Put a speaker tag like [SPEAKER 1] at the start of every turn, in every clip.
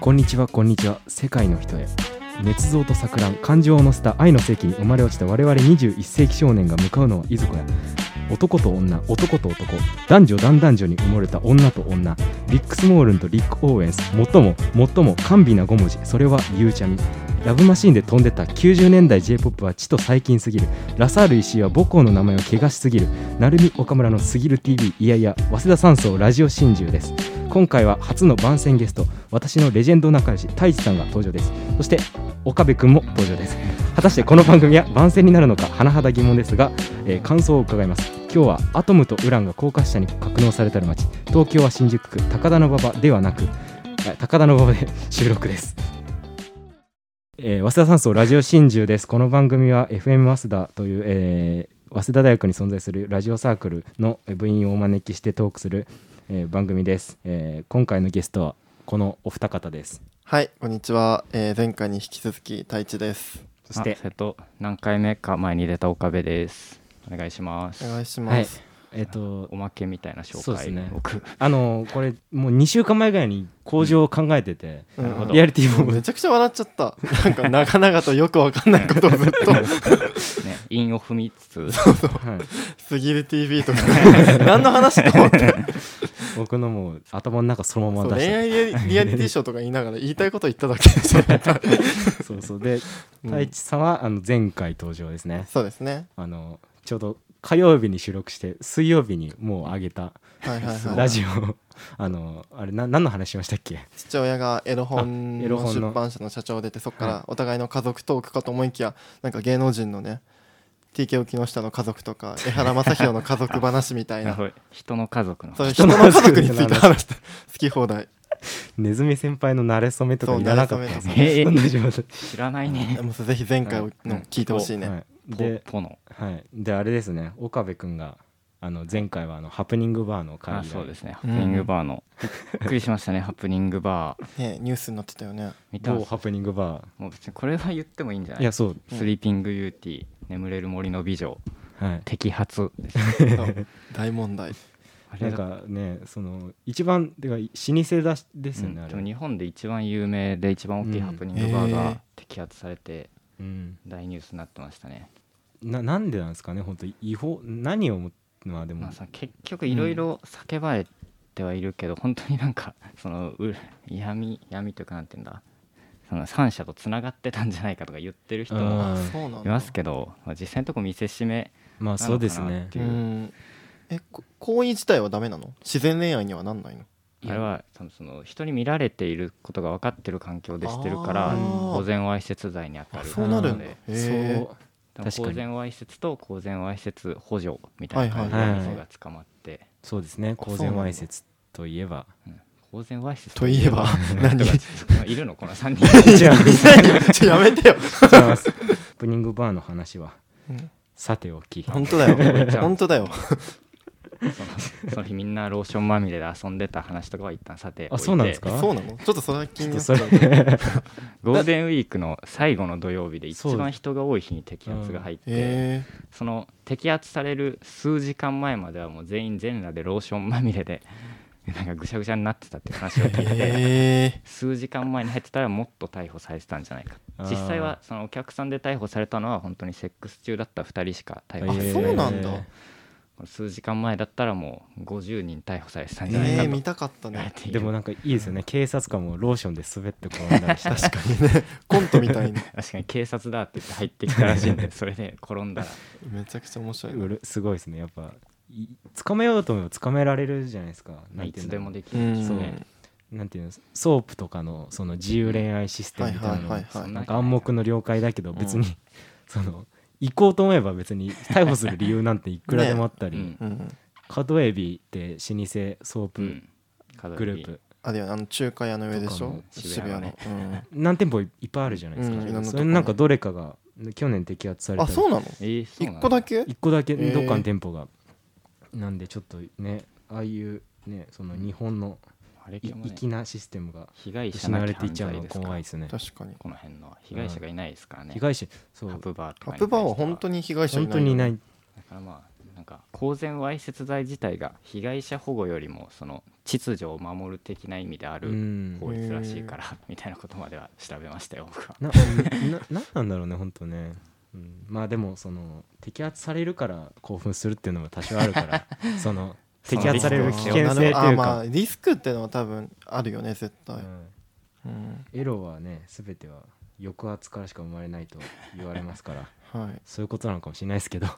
[SPEAKER 1] こんにちはこんにちは世界の人へ捏造と錯乱感情を乗せた愛の世紀に生まれ落ちた我々21世紀少年が向かうのはいずこや男と女男と男男女男男女に埋もれた女と女リックス・モールンとリック・オーエンス最も最も甘美な5文字それはゆうちゃみラブマシーンで飛んでた90年代 J-POP は地と最近すぎるラサール石井は母校の名前を汚しすぎる成美岡村のすぎる TV いやいや早稲田山荘ラジオ真珠です今回は初の番宣ゲスト私のレジェンド仲良し太一さんが登場ですそして岡部君も登場です果たしてこの番組は番宣になるのか甚だ疑問ですが、えー感想を伺います今日はアトムとウランが高架下に格納されたる街東京は新宿区高田馬場ではなくあ高田馬場で 収録ですえー、早稲田山荘ラジオ真珠です。この番組は FM 早稲田という、えー早稲田大学に存在するラジオサークルの部員をお招きしてトークする、えー番組です、えー今回のゲストはこのお二方です。
[SPEAKER 2] はい、こんにちは。えー前回に引き続き太一です。
[SPEAKER 1] そして
[SPEAKER 3] あ、瀬戸何回目か前に出た岡部ですお願いします
[SPEAKER 2] お願いします。
[SPEAKER 1] えっ、と
[SPEAKER 3] おまけみたいな紹
[SPEAKER 1] そうです
[SPEAKER 3] 介、
[SPEAKER 1] ね
[SPEAKER 3] 僕
[SPEAKER 1] あのーこれもう2週間前ぐらいに工場を考えてて、
[SPEAKER 2] うん
[SPEAKER 3] なるほど
[SPEAKER 1] リアリティ
[SPEAKER 2] もう
[SPEAKER 1] も
[SPEAKER 2] めちゃくちゃ笑っちゃった。なんか長々とよくわかんないことをずっ と
[SPEAKER 3] ね韻を踏みつつ
[SPEAKER 1] はい、
[SPEAKER 2] すぎる TV とか何の話と思って
[SPEAKER 1] 僕のもう頭の中そのま
[SPEAKER 2] そう
[SPEAKER 1] ま出
[SPEAKER 2] 恋
[SPEAKER 1] し
[SPEAKER 2] 愛リアリリアリティショーとか言いながら言いたいこと言っただ けでした
[SPEAKER 1] たそうそうで
[SPEAKER 2] うん
[SPEAKER 1] 太一さんはあの前回登場ですね
[SPEAKER 2] そうですね。
[SPEAKER 1] あのちょうど火曜日に収録して水曜日にもう上げた
[SPEAKER 2] はいはい
[SPEAKER 3] そう
[SPEAKER 2] は
[SPEAKER 1] ラ
[SPEAKER 2] い。
[SPEAKER 1] ジオあのあれな何の話しましたっけ
[SPEAKER 2] 父親がエロ本
[SPEAKER 1] あエロ
[SPEAKER 2] の
[SPEAKER 1] 本
[SPEAKER 2] 出
[SPEAKER 1] の
[SPEAKER 2] 版社の社長でてそこか
[SPEAKER 1] はい
[SPEAKER 2] らお互いの家族トークかと思いきやなんか芸能人のね TKO 木下の家族とか江原正宏の家族話みたい
[SPEAKER 3] なる
[SPEAKER 2] な
[SPEAKER 3] ほど人の家族の
[SPEAKER 2] そういう
[SPEAKER 1] 人
[SPEAKER 2] 人
[SPEAKER 1] の家
[SPEAKER 2] の家
[SPEAKER 1] 族
[SPEAKER 2] 族について話して好き放題
[SPEAKER 1] ネズミ先輩の慣れ初めとか
[SPEAKER 2] そう
[SPEAKER 1] いらなかったです
[SPEAKER 2] 慣
[SPEAKER 1] ね
[SPEAKER 3] え
[SPEAKER 1] そんな
[SPEAKER 3] ー、
[SPEAKER 1] 状態
[SPEAKER 3] 知らないね
[SPEAKER 2] もうぜひ前回を
[SPEAKER 3] うん
[SPEAKER 2] の聞いてほしいね、
[SPEAKER 1] はい
[SPEAKER 3] ポ
[SPEAKER 1] で
[SPEAKER 3] ポの
[SPEAKER 1] はいであれですね岡部君があの前回はあのハプニングバーの会
[SPEAKER 3] あ
[SPEAKER 1] 議
[SPEAKER 3] そうですねハ
[SPEAKER 2] う
[SPEAKER 3] プ
[SPEAKER 2] ん
[SPEAKER 3] ニングバーの、びっくりしましたねハプニングバー
[SPEAKER 2] ねニュースになってたよね
[SPEAKER 3] 見たん
[SPEAKER 1] 某
[SPEAKER 3] です
[SPEAKER 1] ハプニングバ
[SPEAKER 3] もう別にこれは言ってもいいんじゃな
[SPEAKER 1] ー
[SPEAKER 3] い
[SPEAKER 1] いやそう
[SPEAKER 3] スリーピングユーティー眠れる森の美女
[SPEAKER 1] はい
[SPEAKER 3] 摘発です
[SPEAKER 2] そう大問題
[SPEAKER 3] あ
[SPEAKER 1] な
[SPEAKER 3] れ
[SPEAKER 1] ん
[SPEAKER 3] だ
[SPEAKER 1] かねその一番てか老舗だしですよね、
[SPEAKER 3] うん
[SPEAKER 1] あ
[SPEAKER 3] で
[SPEAKER 1] れ
[SPEAKER 3] も日本で一番有名で一番大きいハプニングバーが摘発されて
[SPEAKER 1] うん
[SPEAKER 3] 大ニュースになってましたね、
[SPEAKER 1] ななんでなんですかね本当違法何をもまあでも
[SPEAKER 3] まあ、さ結局いろいろ叫ばれてはいるけど、本当になんか そのう闇闇というかなんていうんだその三社とつながってたんじゃないかとか言ってる人
[SPEAKER 1] うん
[SPEAKER 3] も
[SPEAKER 2] あそうなんだ
[SPEAKER 3] いますけど、まあ、実際のとこ見せしめ
[SPEAKER 1] まあそうですね
[SPEAKER 3] ていううん
[SPEAKER 2] えこ行為自体はダメなの自然恋愛にはなんないの
[SPEAKER 1] い
[SPEAKER 3] あ
[SPEAKER 1] や
[SPEAKER 3] れは多分その人に見られていることが分かってる環境でしてるから
[SPEAKER 2] あー
[SPEAKER 3] 公然わいせつ罪に当た
[SPEAKER 2] あ
[SPEAKER 3] る
[SPEAKER 2] そうなるんだ
[SPEAKER 3] ので
[SPEAKER 2] へー
[SPEAKER 1] そう
[SPEAKER 3] 多
[SPEAKER 1] 確かに
[SPEAKER 3] 分公然わいせつと公然わいせつ補助みたいな感じで
[SPEAKER 1] はいはい
[SPEAKER 3] 店が捕まって、
[SPEAKER 1] そうですね公然わいせつといえば
[SPEAKER 3] うん公然わいせつ
[SPEAKER 2] とい えば何
[SPEAKER 3] 人
[SPEAKER 2] 違う
[SPEAKER 3] がいるのこの3人
[SPEAKER 1] 違う
[SPEAKER 2] ちょやめてよ、
[SPEAKER 1] 違います。ハプニングバーの話はさておき。
[SPEAKER 2] 本当だよ本当だよ
[SPEAKER 3] その その日みんなローションまみれで遊んでた話とかは一旦さておいて
[SPEAKER 1] あそうなんですか
[SPEAKER 2] そうなのちょっとそれは気
[SPEAKER 1] ちょ
[SPEAKER 2] に
[SPEAKER 1] っ
[SPEAKER 2] な
[SPEAKER 1] と
[SPEAKER 2] っ
[SPEAKER 1] そ
[SPEAKER 2] た
[SPEAKER 1] れ
[SPEAKER 3] ゴールデンウィークの最後の土曜日で
[SPEAKER 1] そう
[SPEAKER 3] 一番人が多い日に摘発が入って、
[SPEAKER 2] え
[SPEAKER 3] その摘発される数時間前まではもう全員全裸でローションまみれで なんかぐしゃぐしゃになってたって話を聞い
[SPEAKER 2] ー、
[SPEAKER 3] て、
[SPEAKER 2] え
[SPEAKER 3] 数時間前に入ってたらもっと逮捕されてたんじゃないか
[SPEAKER 1] あー
[SPEAKER 3] 実際はそのお客さんで逮捕されたのは本当にセックス中だった2人しか逮捕
[SPEAKER 2] あ
[SPEAKER 3] されて
[SPEAKER 2] そ
[SPEAKER 3] な
[SPEAKER 2] う
[SPEAKER 3] い、
[SPEAKER 2] なんだ
[SPEAKER 3] 数時間前だったらもう50人逮捕されてたん
[SPEAKER 2] ー、
[SPEAKER 3] じゃない
[SPEAKER 2] え
[SPEAKER 3] か
[SPEAKER 2] ー、
[SPEAKER 3] と
[SPEAKER 2] 見たかった
[SPEAKER 3] 言われ
[SPEAKER 2] ね
[SPEAKER 3] ている
[SPEAKER 1] でもなんかいいですよね。警察官もローションで滑って転んだり して。
[SPEAKER 2] 確かにねコントみたいに
[SPEAKER 3] 確かに警察だって言って入ってきたらし いんでそれで転んだら
[SPEAKER 2] めちゃくちゃ面白いうな
[SPEAKER 1] るすごいですね。やっぱい掴めようと思えば掴められるじゃないですか。
[SPEAKER 3] まあ
[SPEAKER 1] なん
[SPEAKER 3] い
[SPEAKER 1] ていうんだ
[SPEAKER 3] つで
[SPEAKER 1] ろう
[SPEAKER 3] もでき
[SPEAKER 2] う
[SPEAKER 3] るし
[SPEAKER 2] ん、
[SPEAKER 3] ね
[SPEAKER 1] なんていうのソープとかのその自由恋愛システムみたいなの
[SPEAKER 2] はいはいはいはい
[SPEAKER 1] そのなんか暗黙の了解だけど別に、 その行こうと思えば別に逮捕する理由なんていくらでもあったり、
[SPEAKER 3] うん
[SPEAKER 2] うん、
[SPEAKER 1] 角エビって老舗ソー
[SPEAKER 3] う
[SPEAKER 1] プ
[SPEAKER 3] ん家族
[SPEAKER 1] グループ、
[SPEAKER 2] あれよあの中華屋の上でしょ
[SPEAKER 3] とかの渋
[SPEAKER 2] 渋
[SPEAKER 3] 谷の
[SPEAKER 2] 谷
[SPEAKER 3] ね
[SPEAKER 2] の、うん
[SPEAKER 1] 何店舗いっぱいあるじゃないですか、
[SPEAKER 2] うんいろんなとこ
[SPEAKER 1] それなんかどれかが去年摘発された
[SPEAKER 2] あ
[SPEAKER 1] り
[SPEAKER 2] そうなの
[SPEAKER 3] えーそ
[SPEAKER 2] 一
[SPEAKER 3] うなんだ
[SPEAKER 2] 個だけ
[SPEAKER 1] 一個だけ
[SPEAKER 2] えー
[SPEAKER 1] どっかの店舗が、なんでちょっとねああいうねその日本の
[SPEAKER 3] あれ
[SPEAKER 1] い
[SPEAKER 3] でもね
[SPEAKER 1] 粋なシステムが
[SPEAKER 3] 被害者
[SPEAKER 1] 失
[SPEAKER 3] な
[SPEAKER 1] わ
[SPEAKER 3] き
[SPEAKER 1] れていっ
[SPEAKER 3] 犯
[SPEAKER 1] ちゃうの
[SPEAKER 3] 罪
[SPEAKER 1] が
[SPEAKER 3] です
[SPEAKER 1] 怖
[SPEAKER 3] か
[SPEAKER 1] いですね
[SPEAKER 2] 確かに
[SPEAKER 3] この辺の被害者がいないですからね
[SPEAKER 1] 被害者そう
[SPEAKER 3] ハプバーとか
[SPEAKER 2] ハプバーは本当
[SPEAKER 3] に
[SPEAKER 2] に被害者い
[SPEAKER 1] 本
[SPEAKER 2] ない
[SPEAKER 1] 当にいない
[SPEAKER 3] 対してはだからまあなんか公然わいせつ罪自体が被害者保護よりもその秩序を守る的な意味であ
[SPEAKER 1] う
[SPEAKER 3] る
[SPEAKER 1] ん
[SPEAKER 3] 法律らしいからみたいなことまでは調べましたよ僕は。
[SPEAKER 1] なななん なんだろうね本当ね、うん、まあでもその摘発されるから興奮するっていうのが多少あるからその摘発される危険性という
[SPEAKER 2] あーま
[SPEAKER 1] か
[SPEAKER 2] あ、リスクっていうのは多分あるよね絶対、
[SPEAKER 1] うん
[SPEAKER 2] うん
[SPEAKER 1] エロはね全ては抑圧からしか生まれないと言われますから
[SPEAKER 2] はい、
[SPEAKER 1] そういうことなのかもしれないですけど
[SPEAKER 3] は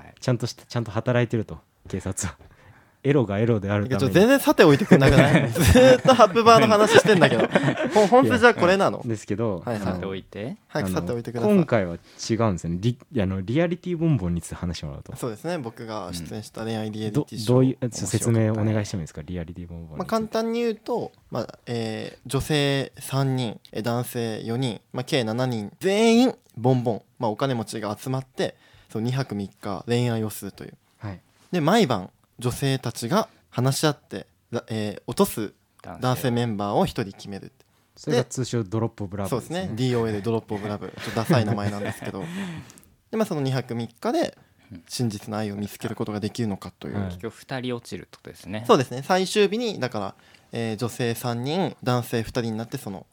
[SPEAKER 3] い、
[SPEAKER 1] ちゃんとしてちゃんと働いてると警察は エロがエロであ
[SPEAKER 2] な
[SPEAKER 1] る
[SPEAKER 2] んか
[SPEAKER 1] た
[SPEAKER 2] ちょ
[SPEAKER 1] め
[SPEAKER 2] っと全
[SPEAKER 1] に
[SPEAKER 2] 然さておいてくんな くないずーっとハプバーの話してんだけどほ本筋はこれなの
[SPEAKER 1] ですけど、
[SPEAKER 2] はいはい
[SPEAKER 1] あの
[SPEAKER 3] さておいて
[SPEAKER 2] 早く
[SPEAKER 1] あ
[SPEAKER 2] さ
[SPEAKER 1] の
[SPEAKER 2] ておいてください
[SPEAKER 1] 今回は違うんですよねリあのリアリティボンボンについて話してもらうと
[SPEAKER 2] そうですね僕が出演した恋愛リエリテ
[SPEAKER 1] ど
[SPEAKER 2] ィショー
[SPEAKER 1] どういうえ
[SPEAKER 2] 面白かった
[SPEAKER 1] 説明をお願いしてもいいですかリアリティボンボンについて、
[SPEAKER 2] まあ、簡単に言うと、まあえー女性3人えー男性4人、まあ、計7人全員ボンボン、まあ、お金持ちが集まってその2泊3日恋愛をするという
[SPEAKER 1] はい
[SPEAKER 2] で毎晩女性たちが話し合って、だえー落とす男性メンバーを1人決めるって
[SPEAKER 1] それが通称ドロップオブラブ
[SPEAKER 2] そうですね DOA でドロップオブラブちょっとダサい名前なんですけ どで、まあ、その2泊3日で真実の愛を見つけることができるのかという、
[SPEAKER 1] はい
[SPEAKER 3] 結局2人落ちるってことですね。
[SPEAKER 2] そうですね最終日にだから、えー女性3人男性2人になってその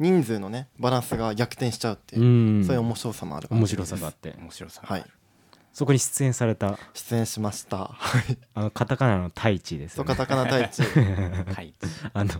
[SPEAKER 2] 人数のねバランスが逆転しちゃうっていうう、
[SPEAKER 1] ん
[SPEAKER 2] そういう面白さもある
[SPEAKER 1] 面白さがあって
[SPEAKER 3] 面白さが
[SPEAKER 2] はい
[SPEAKER 1] そこに出演された
[SPEAKER 2] 出演しましたはい
[SPEAKER 1] あのカタカナの太一です
[SPEAKER 2] そ
[SPEAKER 1] よ
[SPEAKER 2] うカ
[SPEAKER 1] ね
[SPEAKER 2] タカナ太一
[SPEAKER 3] はい
[SPEAKER 1] あの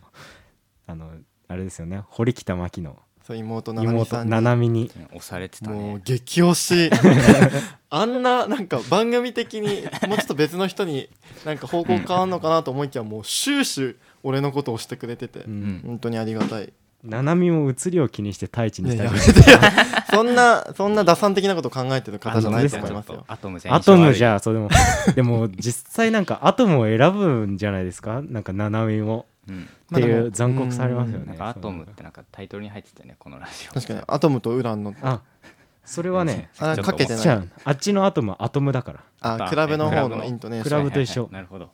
[SPEAKER 1] あのあれですよね堀北真希の
[SPEAKER 2] そう妹ななみさ
[SPEAKER 1] 妹
[SPEAKER 2] んに
[SPEAKER 1] ななみに
[SPEAKER 3] 押されてた
[SPEAKER 2] もう
[SPEAKER 3] ね。
[SPEAKER 2] 激推し あんななんか番組的にもうちょっと別の人になんか方向変わんのかなと思いきやもう終始俺のことをしてくれてて、
[SPEAKER 1] う
[SPEAKER 3] うんん、
[SPEAKER 2] 本当にありがたい
[SPEAKER 1] ななみも映りを気にして太一に
[SPEAKER 2] ね
[SPEAKER 1] した
[SPEAKER 2] や
[SPEAKER 1] り
[SPEAKER 2] めてよ そんなそんな打算的なこと考えてる方じゃないと思いますよ
[SPEAKER 3] アトムじゃ
[SPEAKER 1] アトムじ
[SPEAKER 3] ゃ
[SPEAKER 1] ゃあそうでも でも実際なんかアトムを選ぶんじゃないですかなんかななみも
[SPEAKER 3] う
[SPEAKER 1] っ
[SPEAKER 3] ん
[SPEAKER 1] て
[SPEAKER 2] まあ
[SPEAKER 1] い
[SPEAKER 2] でも
[SPEAKER 1] う残酷さありますよ
[SPEAKER 2] う
[SPEAKER 1] ね
[SPEAKER 3] なんかアトムってなんかタイトルに入ってたよねこのラジオ
[SPEAKER 2] 確かにアトムとウランの
[SPEAKER 1] あそれはね
[SPEAKER 2] あ
[SPEAKER 3] ちょっと
[SPEAKER 2] かけてない
[SPEAKER 1] じゃああっちのアトムはアトムだから
[SPEAKER 2] あ
[SPEAKER 3] あ
[SPEAKER 2] クラブの
[SPEAKER 3] クラ
[SPEAKER 2] 方
[SPEAKER 3] ブの
[SPEAKER 2] のイントネー
[SPEAKER 1] ク
[SPEAKER 2] シ
[SPEAKER 1] ラ
[SPEAKER 2] ョ
[SPEAKER 1] ブ
[SPEAKER 2] ン
[SPEAKER 1] と一緒
[SPEAKER 3] はいはいなるほど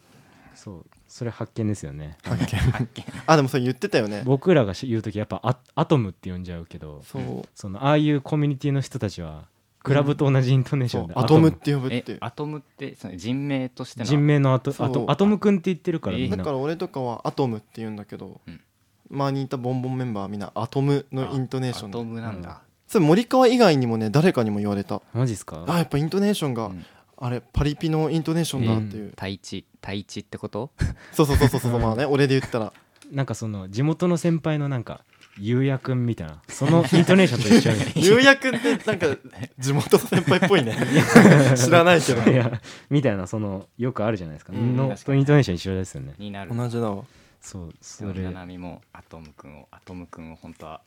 [SPEAKER 1] そうそれ発見ですよね
[SPEAKER 2] 発見
[SPEAKER 3] 発見
[SPEAKER 2] あでもそれ言ってたよね
[SPEAKER 1] 僕らが言う時やっぱアアトムって呼んじゃうけど
[SPEAKER 2] そう
[SPEAKER 1] そのああいうコミュニティの人たちはクラブと同じイントネーシ
[SPEAKER 2] そ
[SPEAKER 1] ョン
[SPEAKER 2] う
[SPEAKER 1] で、
[SPEAKER 2] アトムって呼ぶっ
[SPEAKER 3] え
[SPEAKER 2] ていう
[SPEAKER 3] アトムってその人名としての
[SPEAKER 1] 人名のアト
[SPEAKER 2] そう
[SPEAKER 1] アトアトムくんって言ってるから
[SPEAKER 3] え
[SPEAKER 1] みん
[SPEAKER 2] だ
[SPEAKER 1] な、
[SPEAKER 2] から俺とかはアトムって言うんだけど、
[SPEAKER 3] うん
[SPEAKER 2] 周りにいたボンボンメンバーはみんなアトムのイントネーショ
[SPEAKER 3] ア
[SPEAKER 2] ン
[SPEAKER 3] ト
[SPEAKER 2] で
[SPEAKER 3] ムなんだ、
[SPEAKER 2] それ森川以外にもね誰かにも言われた
[SPEAKER 1] マジっす
[SPEAKER 2] あ
[SPEAKER 1] か
[SPEAKER 2] やっぱイントネーションが、
[SPEAKER 3] うん
[SPEAKER 2] あれパリピのイントネーションだっていう、
[SPEAKER 3] 太一太一ってこと
[SPEAKER 2] そうそうそうそうそう、まあね俺で言ったら
[SPEAKER 1] なんかその地元の先輩のなんかゆうやくんみたいなそのイントネーションと一緒に
[SPEAKER 2] ゆうやくんってなんか地元の先輩っぽいね知らないけど
[SPEAKER 1] いやみたいなそのよくあるじゃないですか、
[SPEAKER 3] うん
[SPEAKER 1] の
[SPEAKER 3] 確か
[SPEAKER 1] と
[SPEAKER 3] に
[SPEAKER 1] イントネーション一緒ですよね
[SPEAKER 3] になる
[SPEAKER 2] 同じだわ
[SPEAKER 1] そうそ
[SPEAKER 3] でも
[SPEAKER 1] れ
[SPEAKER 3] ななみもアトム君をアトム君を本当は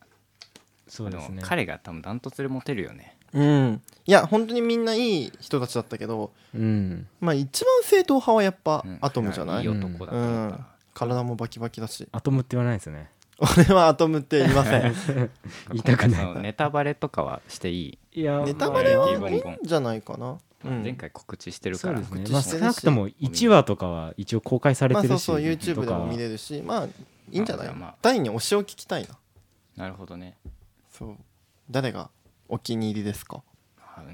[SPEAKER 1] そうです
[SPEAKER 3] でも
[SPEAKER 1] ね
[SPEAKER 3] 彼が多分ダントツでモテるよね
[SPEAKER 2] うんいや本当にみんないい人たちだったけど
[SPEAKER 1] うん
[SPEAKER 2] まあ一番正統派はやっぱ
[SPEAKER 3] うん
[SPEAKER 2] アトムじゃない、
[SPEAKER 3] い男だと思った
[SPEAKER 2] 体もバキバキだし
[SPEAKER 1] アトムって言わないですね
[SPEAKER 2] 俺はアトムって言いません
[SPEAKER 1] 言いたくない
[SPEAKER 3] 今回そのネタバレとかはしていい
[SPEAKER 1] いや
[SPEAKER 2] ネタバレ
[SPEAKER 1] まあ
[SPEAKER 2] は
[SPEAKER 3] リ
[SPEAKER 2] い
[SPEAKER 3] アリティボンボン
[SPEAKER 2] いんじゃないかな、うん
[SPEAKER 3] 前回告知してる
[SPEAKER 1] そ
[SPEAKER 3] か
[SPEAKER 1] う
[SPEAKER 3] ら
[SPEAKER 1] ですね
[SPEAKER 2] 告知
[SPEAKER 1] まあ
[SPEAKER 2] して
[SPEAKER 1] 少
[SPEAKER 2] るし
[SPEAKER 1] なくとも1話とかは一応公開され
[SPEAKER 2] まあ
[SPEAKER 1] て
[SPEAKER 2] そ
[SPEAKER 1] る
[SPEAKER 2] う
[SPEAKER 1] し、
[SPEAKER 2] そう YouTube でも見
[SPEAKER 1] る
[SPEAKER 2] れるしまあいいんじゃない
[SPEAKER 3] まあまあ
[SPEAKER 2] 第に推しを聞きたいな
[SPEAKER 3] なるほどね
[SPEAKER 2] そう誰がお気に入りですか
[SPEAKER 3] あうー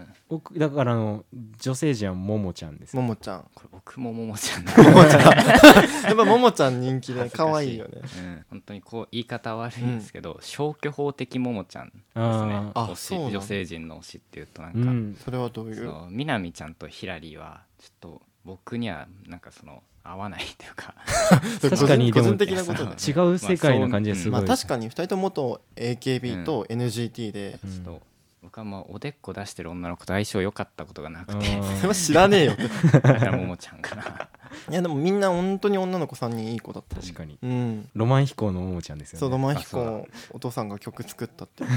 [SPEAKER 3] ん
[SPEAKER 1] 僕だからあの女性陣はももちゃんです
[SPEAKER 2] ももちゃん
[SPEAKER 3] これ僕もももちゃんだ
[SPEAKER 2] ももちゃんやっぱももちゃん人気で可愛いよね
[SPEAKER 3] うん、本当にこう言い方悪いんですけど、消去法的ももちゃんですね
[SPEAKER 1] あ
[SPEAKER 2] ーあ
[SPEAKER 3] 推し
[SPEAKER 2] そうなの
[SPEAKER 3] 女性陣の推しっていうとなんか、
[SPEAKER 1] うん、
[SPEAKER 2] それはどうい
[SPEAKER 3] そうの南ちゃんとヒラリーはちょっと僕にはなんかその合わないというか
[SPEAKER 2] それ
[SPEAKER 1] 確かに
[SPEAKER 2] 個
[SPEAKER 1] でも
[SPEAKER 2] 人個人的なこと
[SPEAKER 3] い
[SPEAKER 2] で
[SPEAKER 3] や
[SPEAKER 1] 違う世界の感じがすごい、
[SPEAKER 2] まあ確かに2人とも元 AKB と NGT で、
[SPEAKER 1] うん
[SPEAKER 3] ちょっと僕はまあおでっこ出してる女の子と相性良かったことがなく
[SPEAKER 1] あ
[SPEAKER 3] て
[SPEAKER 2] そ れ
[SPEAKER 1] ー
[SPEAKER 2] は知らねえよ
[SPEAKER 3] だからももちゃんかな
[SPEAKER 2] いやでもみんな本当に女の子3人いい子だった
[SPEAKER 1] 確かに
[SPEAKER 2] うん
[SPEAKER 1] ロマン飛行のももちゃんですよね
[SPEAKER 2] そうロマン飛
[SPEAKER 3] あそう
[SPEAKER 2] 行お父さんが曲作ったっていう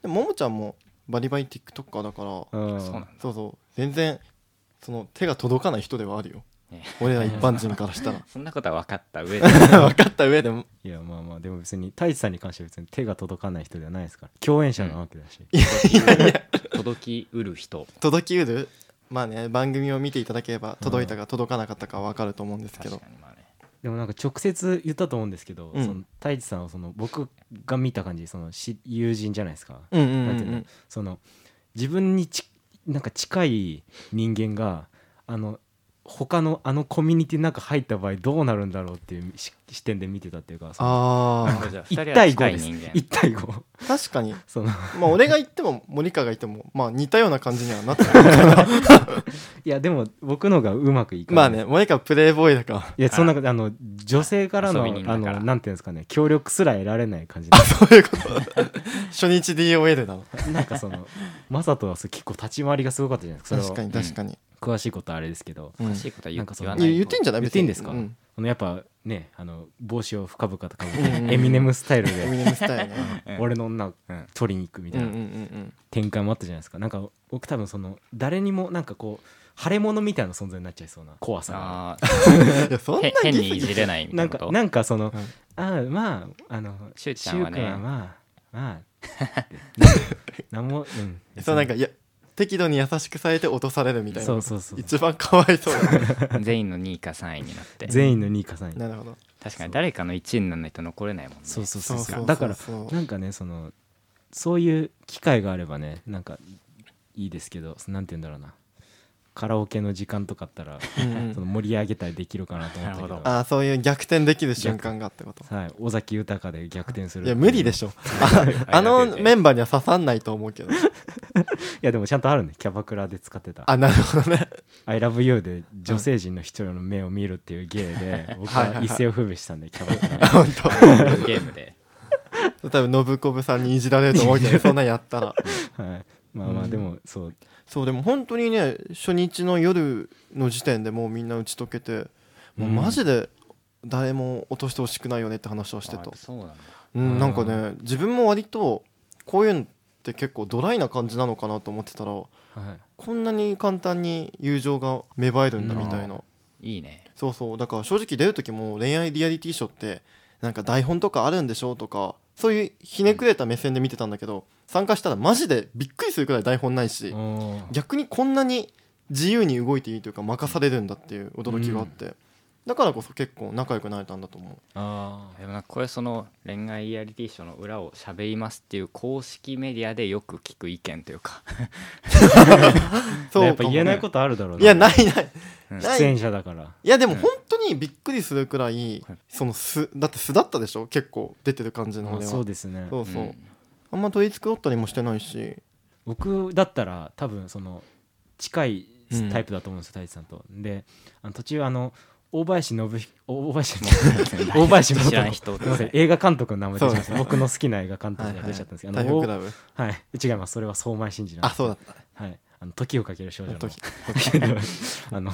[SPEAKER 2] でもももちゃんもバリバリ TikToker だから
[SPEAKER 1] うん
[SPEAKER 3] そうなんだ
[SPEAKER 2] そうそう全然その手が届かない人ではあるよ
[SPEAKER 3] ね
[SPEAKER 2] 俺ら一般人からしたら
[SPEAKER 3] そんなことは分かった上で
[SPEAKER 2] 分かった上でも
[SPEAKER 1] いやまあまあでも別に太一さんに関しては別に手が届かない人ではないですから共演者なわけだし、
[SPEAKER 3] 届きうる人
[SPEAKER 2] 届きうるまあね番組を見ていただければ届いたか届かなかったか分かると思うんですけ
[SPEAKER 3] 確
[SPEAKER 2] ど
[SPEAKER 3] かにまあね
[SPEAKER 1] でもなんか直接言ったと思うんですけど、
[SPEAKER 2] うん
[SPEAKER 1] その太一さんはその僕が見た感じそのし友人じゃないですか、
[SPEAKER 2] うんうんう
[SPEAKER 1] なん
[SPEAKER 2] ん
[SPEAKER 1] ていう
[SPEAKER 2] う
[SPEAKER 1] の
[SPEAKER 2] ん
[SPEAKER 1] その自分にちなんか近い人間があの他のあのコミュニティの中入った場合どうなるんだろうっていうし視点で見てたっていうかその
[SPEAKER 2] あ
[SPEAKER 3] じゃあ二人
[SPEAKER 1] 1
[SPEAKER 3] は
[SPEAKER 1] 対
[SPEAKER 3] 近
[SPEAKER 1] 5
[SPEAKER 3] い
[SPEAKER 1] です
[SPEAKER 3] 人間
[SPEAKER 1] 1対5
[SPEAKER 2] あ確かに
[SPEAKER 1] その
[SPEAKER 2] まあ俺が行っても森川が行ってもまあ似たような感じにはなってる
[SPEAKER 1] いやでも僕のがうまくいか
[SPEAKER 2] ま
[SPEAKER 1] ない
[SPEAKER 2] あね森川プレイボーイだから
[SPEAKER 1] いやそんなことあの女性からの
[SPEAKER 3] 遊び人
[SPEAKER 1] あ
[SPEAKER 3] だから
[SPEAKER 1] のなんていうんですかね協力すら得られない感じで
[SPEAKER 2] そういうこと 初日 DOL なの
[SPEAKER 1] なんかそのマサトはそう結構立ち回りがすごかったじゃないですか
[SPEAKER 2] 確
[SPEAKER 1] そ
[SPEAKER 2] か
[SPEAKER 1] れ
[SPEAKER 2] に確かに、
[SPEAKER 1] は詳しいことはあれですけど
[SPEAKER 2] うん
[SPEAKER 3] 詳しいことは言
[SPEAKER 1] なん
[SPEAKER 3] う
[SPEAKER 1] かそ
[SPEAKER 3] 言
[SPEAKER 1] の
[SPEAKER 3] わないい
[SPEAKER 2] や言っていいんじゃない
[SPEAKER 1] 言っていいんですか
[SPEAKER 2] うん
[SPEAKER 1] あのやっぱねあの帽子を深々とかぶっ
[SPEAKER 2] うんうん
[SPEAKER 1] てエミネムスタイル
[SPEAKER 2] エミ
[SPEAKER 1] で
[SPEAKER 2] ネムスタイルね
[SPEAKER 3] うん
[SPEAKER 1] 俺の女を
[SPEAKER 3] うん
[SPEAKER 1] 取りに行くみ
[SPEAKER 2] う
[SPEAKER 1] た
[SPEAKER 2] ん
[SPEAKER 1] い
[SPEAKER 2] うんう
[SPEAKER 1] なん展開もあったじゃないですかなんか僕多分その誰にもなんかこう腫れ物みたいな存在になっちゃいそうな怖さが
[SPEAKER 3] あ
[SPEAKER 2] うんいやそん
[SPEAKER 3] ー
[SPEAKER 2] なに
[SPEAKER 3] へ変にいじれないみた
[SPEAKER 1] ないん
[SPEAKER 3] なこ
[SPEAKER 1] か
[SPEAKER 3] と
[SPEAKER 1] なんかその
[SPEAKER 2] うん
[SPEAKER 1] ああまああの
[SPEAKER 3] シュウちゃんはね
[SPEAKER 1] シュウ君まあま あなんもうん
[SPEAKER 2] そうなんかいや適度に優しくされて落とされるみたいな
[SPEAKER 1] そうそうそう
[SPEAKER 2] 一番かわいそう だね
[SPEAKER 3] 全員の2位か3位になって
[SPEAKER 1] 全員の2位か3位
[SPEAKER 2] なるほど
[SPEAKER 3] 確かに誰かの1位にならないと残れないもんね
[SPEAKER 1] そうそうそう
[SPEAKER 2] そ
[SPEAKER 1] そ
[SPEAKER 2] うそうそうう
[SPEAKER 1] だから
[SPEAKER 2] そう
[SPEAKER 1] なんかねそのそういう機会があればねなんかいいですけどなんて言うんだろうなカラオケの時間とかあったら
[SPEAKER 2] うんうん
[SPEAKER 1] その盛り上げたりできるかなと思ったけど
[SPEAKER 3] なるほ
[SPEAKER 2] ああそういう逆転できる瞬間がってこと
[SPEAKER 1] はい、尾崎豊で逆転する
[SPEAKER 2] いや無理で
[SPEAKER 1] ょ
[SPEAKER 2] しょ ああのメンバーには刺さんないと思うけど
[SPEAKER 1] いやでもちゃんとあるねキャバクラで使ってた
[SPEAKER 2] あなるほ どね
[SPEAKER 1] 「ILOVEYOU」で女性陣の一人の目を見るっていう芸で僕
[SPEAKER 2] はいは
[SPEAKER 1] は
[SPEAKER 2] いはい
[SPEAKER 1] 一世を風靡したんでキャバクラで
[SPEAKER 2] 本
[SPEAKER 3] ゲームで
[SPEAKER 2] 当多分信子さんにいじられると思うけどそんなんやったら
[SPEAKER 1] はい、まあまあ
[SPEAKER 2] うん
[SPEAKER 1] でもそう
[SPEAKER 2] そうでも本当にね初日の夜の時点でもうみんな打ち解けてもうマジで誰も落としてほしくないよねって話をして
[SPEAKER 3] あ
[SPEAKER 2] た
[SPEAKER 3] やっぱ、そうなんだ
[SPEAKER 2] うん、なんかね自分も割とこういうのって結構ドライな感じなのかなと思ってたら
[SPEAKER 1] はい
[SPEAKER 2] こんなに簡単に友情が芽生えるんだみたいな、
[SPEAKER 3] いいね
[SPEAKER 2] そうそうだから正直出る時も恋愛リアリティショーってなんか台本とかあるんでしょとかそういうひねくれた目線で見てたんだけど参加したらマジでびっくりするくらい台本ないし
[SPEAKER 1] おー
[SPEAKER 2] 逆にこんなに自由に動いていいというか任されるんだっていう驚きがあって、だからこそ結構仲良くなれたんだと思う
[SPEAKER 1] あ
[SPEAKER 3] でもなんかこれその恋愛リアリティショーの裏を喋りますっていう公式メディアでよく聞く意見とい うか、
[SPEAKER 1] ー
[SPEAKER 2] そう
[SPEAKER 1] やっぱ言えない
[SPEAKER 2] か
[SPEAKER 1] ことあるだろう
[SPEAKER 2] もいやないない
[SPEAKER 3] うん
[SPEAKER 2] ない
[SPEAKER 1] 出演者だから
[SPEAKER 2] いやでも本当にびっくりするくらい、
[SPEAKER 3] はい
[SPEAKER 2] その素だって素だったでしょ結構出てる感じの
[SPEAKER 1] まあ
[SPEAKER 2] 俺は
[SPEAKER 1] そうですね
[SPEAKER 2] そうそう、
[SPEAKER 3] うん
[SPEAKER 2] あんま取り繕ったりもしてないし
[SPEAKER 1] 僕だったら多分その近い
[SPEAKER 2] うん
[SPEAKER 1] タイプだと思うんですよ太一さんと。であの途中あの大林信彦大林信
[SPEAKER 3] も
[SPEAKER 1] 彦
[SPEAKER 3] う
[SPEAKER 1] 大林信
[SPEAKER 3] 知
[SPEAKER 1] 彦
[SPEAKER 3] らん人
[SPEAKER 1] すいません映画監督の名前出ちゃいまし
[SPEAKER 2] そう
[SPEAKER 1] た
[SPEAKER 2] です
[SPEAKER 1] 僕の好きな映画監督
[SPEAKER 2] は
[SPEAKER 1] の
[SPEAKER 2] い
[SPEAKER 1] 名前
[SPEAKER 2] はい
[SPEAKER 1] 出ちゃったんですけどあ
[SPEAKER 2] 台
[SPEAKER 1] のお
[SPEAKER 2] 風クラブ
[SPEAKER 1] はい違いますそれは相馬真司なんで
[SPEAKER 2] あ
[SPEAKER 1] す
[SPEAKER 2] そうだった
[SPEAKER 1] はいあの時をかける少女の
[SPEAKER 2] 時
[SPEAKER 1] あ の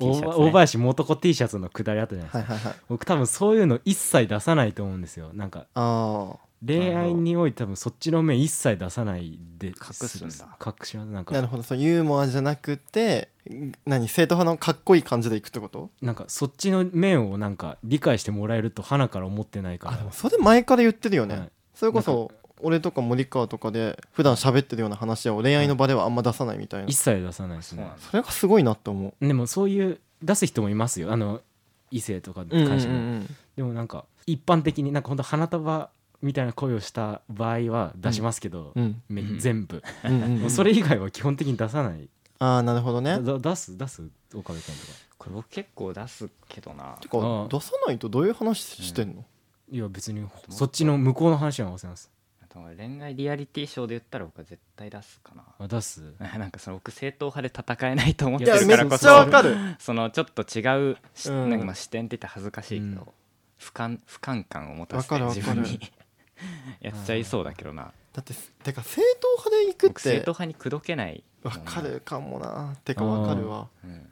[SPEAKER 3] T シャツね
[SPEAKER 1] 大林素子 T シャツのくだりあったじゃないですか
[SPEAKER 2] はいはいはい
[SPEAKER 1] 僕多分そういうの一切出さないと思うんですよなんか
[SPEAKER 2] あ
[SPEAKER 1] 恋愛において多分そっちの面一切出さないで
[SPEAKER 3] 隠すんだ
[SPEAKER 1] 隠しますなん
[SPEAKER 2] あ
[SPEAKER 1] か
[SPEAKER 2] なるほどそうユーモアじゃなくてん何正統派のかっこいい感じでいくってこと
[SPEAKER 1] なんかそっちの面をなんか理解してもらえると花から思ってないから
[SPEAKER 2] あでもそれ前から言ってるよね、
[SPEAKER 1] はい
[SPEAKER 2] それこそ俺とか森川とかで普段喋ってるような話を恋愛の場ではあんま出さないみたいな、
[SPEAKER 1] 一切出さないです
[SPEAKER 3] そう
[SPEAKER 1] ね
[SPEAKER 3] なんだ
[SPEAKER 2] それがすごいなって思う
[SPEAKER 1] でもそういう出す人もいますよあの異性とか
[SPEAKER 2] うんうんう
[SPEAKER 1] 関しても、
[SPEAKER 2] ん
[SPEAKER 1] でもなんか一般的になんか本当花束みたいな声をした場合は出しますけど、
[SPEAKER 2] うん
[SPEAKER 1] め
[SPEAKER 3] うん
[SPEAKER 1] 全部、
[SPEAKER 2] うんうんう
[SPEAKER 1] もうんそれ以外は基本的に出さない、
[SPEAKER 2] ああなるほどね
[SPEAKER 1] だ出す出す岡部君とか
[SPEAKER 3] これ僕結構出すけどな
[SPEAKER 1] あ
[SPEAKER 2] てか
[SPEAKER 1] あ
[SPEAKER 2] 出さないとどういう話してんの、
[SPEAKER 1] いや別にそっちの向こうの話は合わせます
[SPEAKER 3] あと恋愛リアリティショーで言ったら僕は絶対出すかな
[SPEAKER 1] あ出す
[SPEAKER 3] なんかその僕正統派で戦えないと思っ
[SPEAKER 1] ん
[SPEAKER 3] て
[SPEAKER 2] いや
[SPEAKER 3] る
[SPEAKER 2] め
[SPEAKER 3] から
[SPEAKER 2] っ
[SPEAKER 3] こ
[SPEAKER 2] ちゃわ
[SPEAKER 3] そ
[SPEAKER 2] かる
[SPEAKER 3] そのちょっと違うし、
[SPEAKER 2] うん
[SPEAKER 3] なんかまあ視点って言って恥ずかしいけど、
[SPEAKER 1] うん
[SPEAKER 3] 不感不感感を持たせて
[SPEAKER 2] わかるわか
[SPEAKER 3] 自
[SPEAKER 2] る
[SPEAKER 3] 分に やっちゃいそうだけどな
[SPEAKER 2] だっててか正統派で行く
[SPEAKER 3] 僕正
[SPEAKER 2] っ
[SPEAKER 3] 統
[SPEAKER 2] て
[SPEAKER 3] 派に口説けないも
[SPEAKER 2] わ
[SPEAKER 3] んな
[SPEAKER 2] か、るかもなてかわかるわ
[SPEAKER 3] うん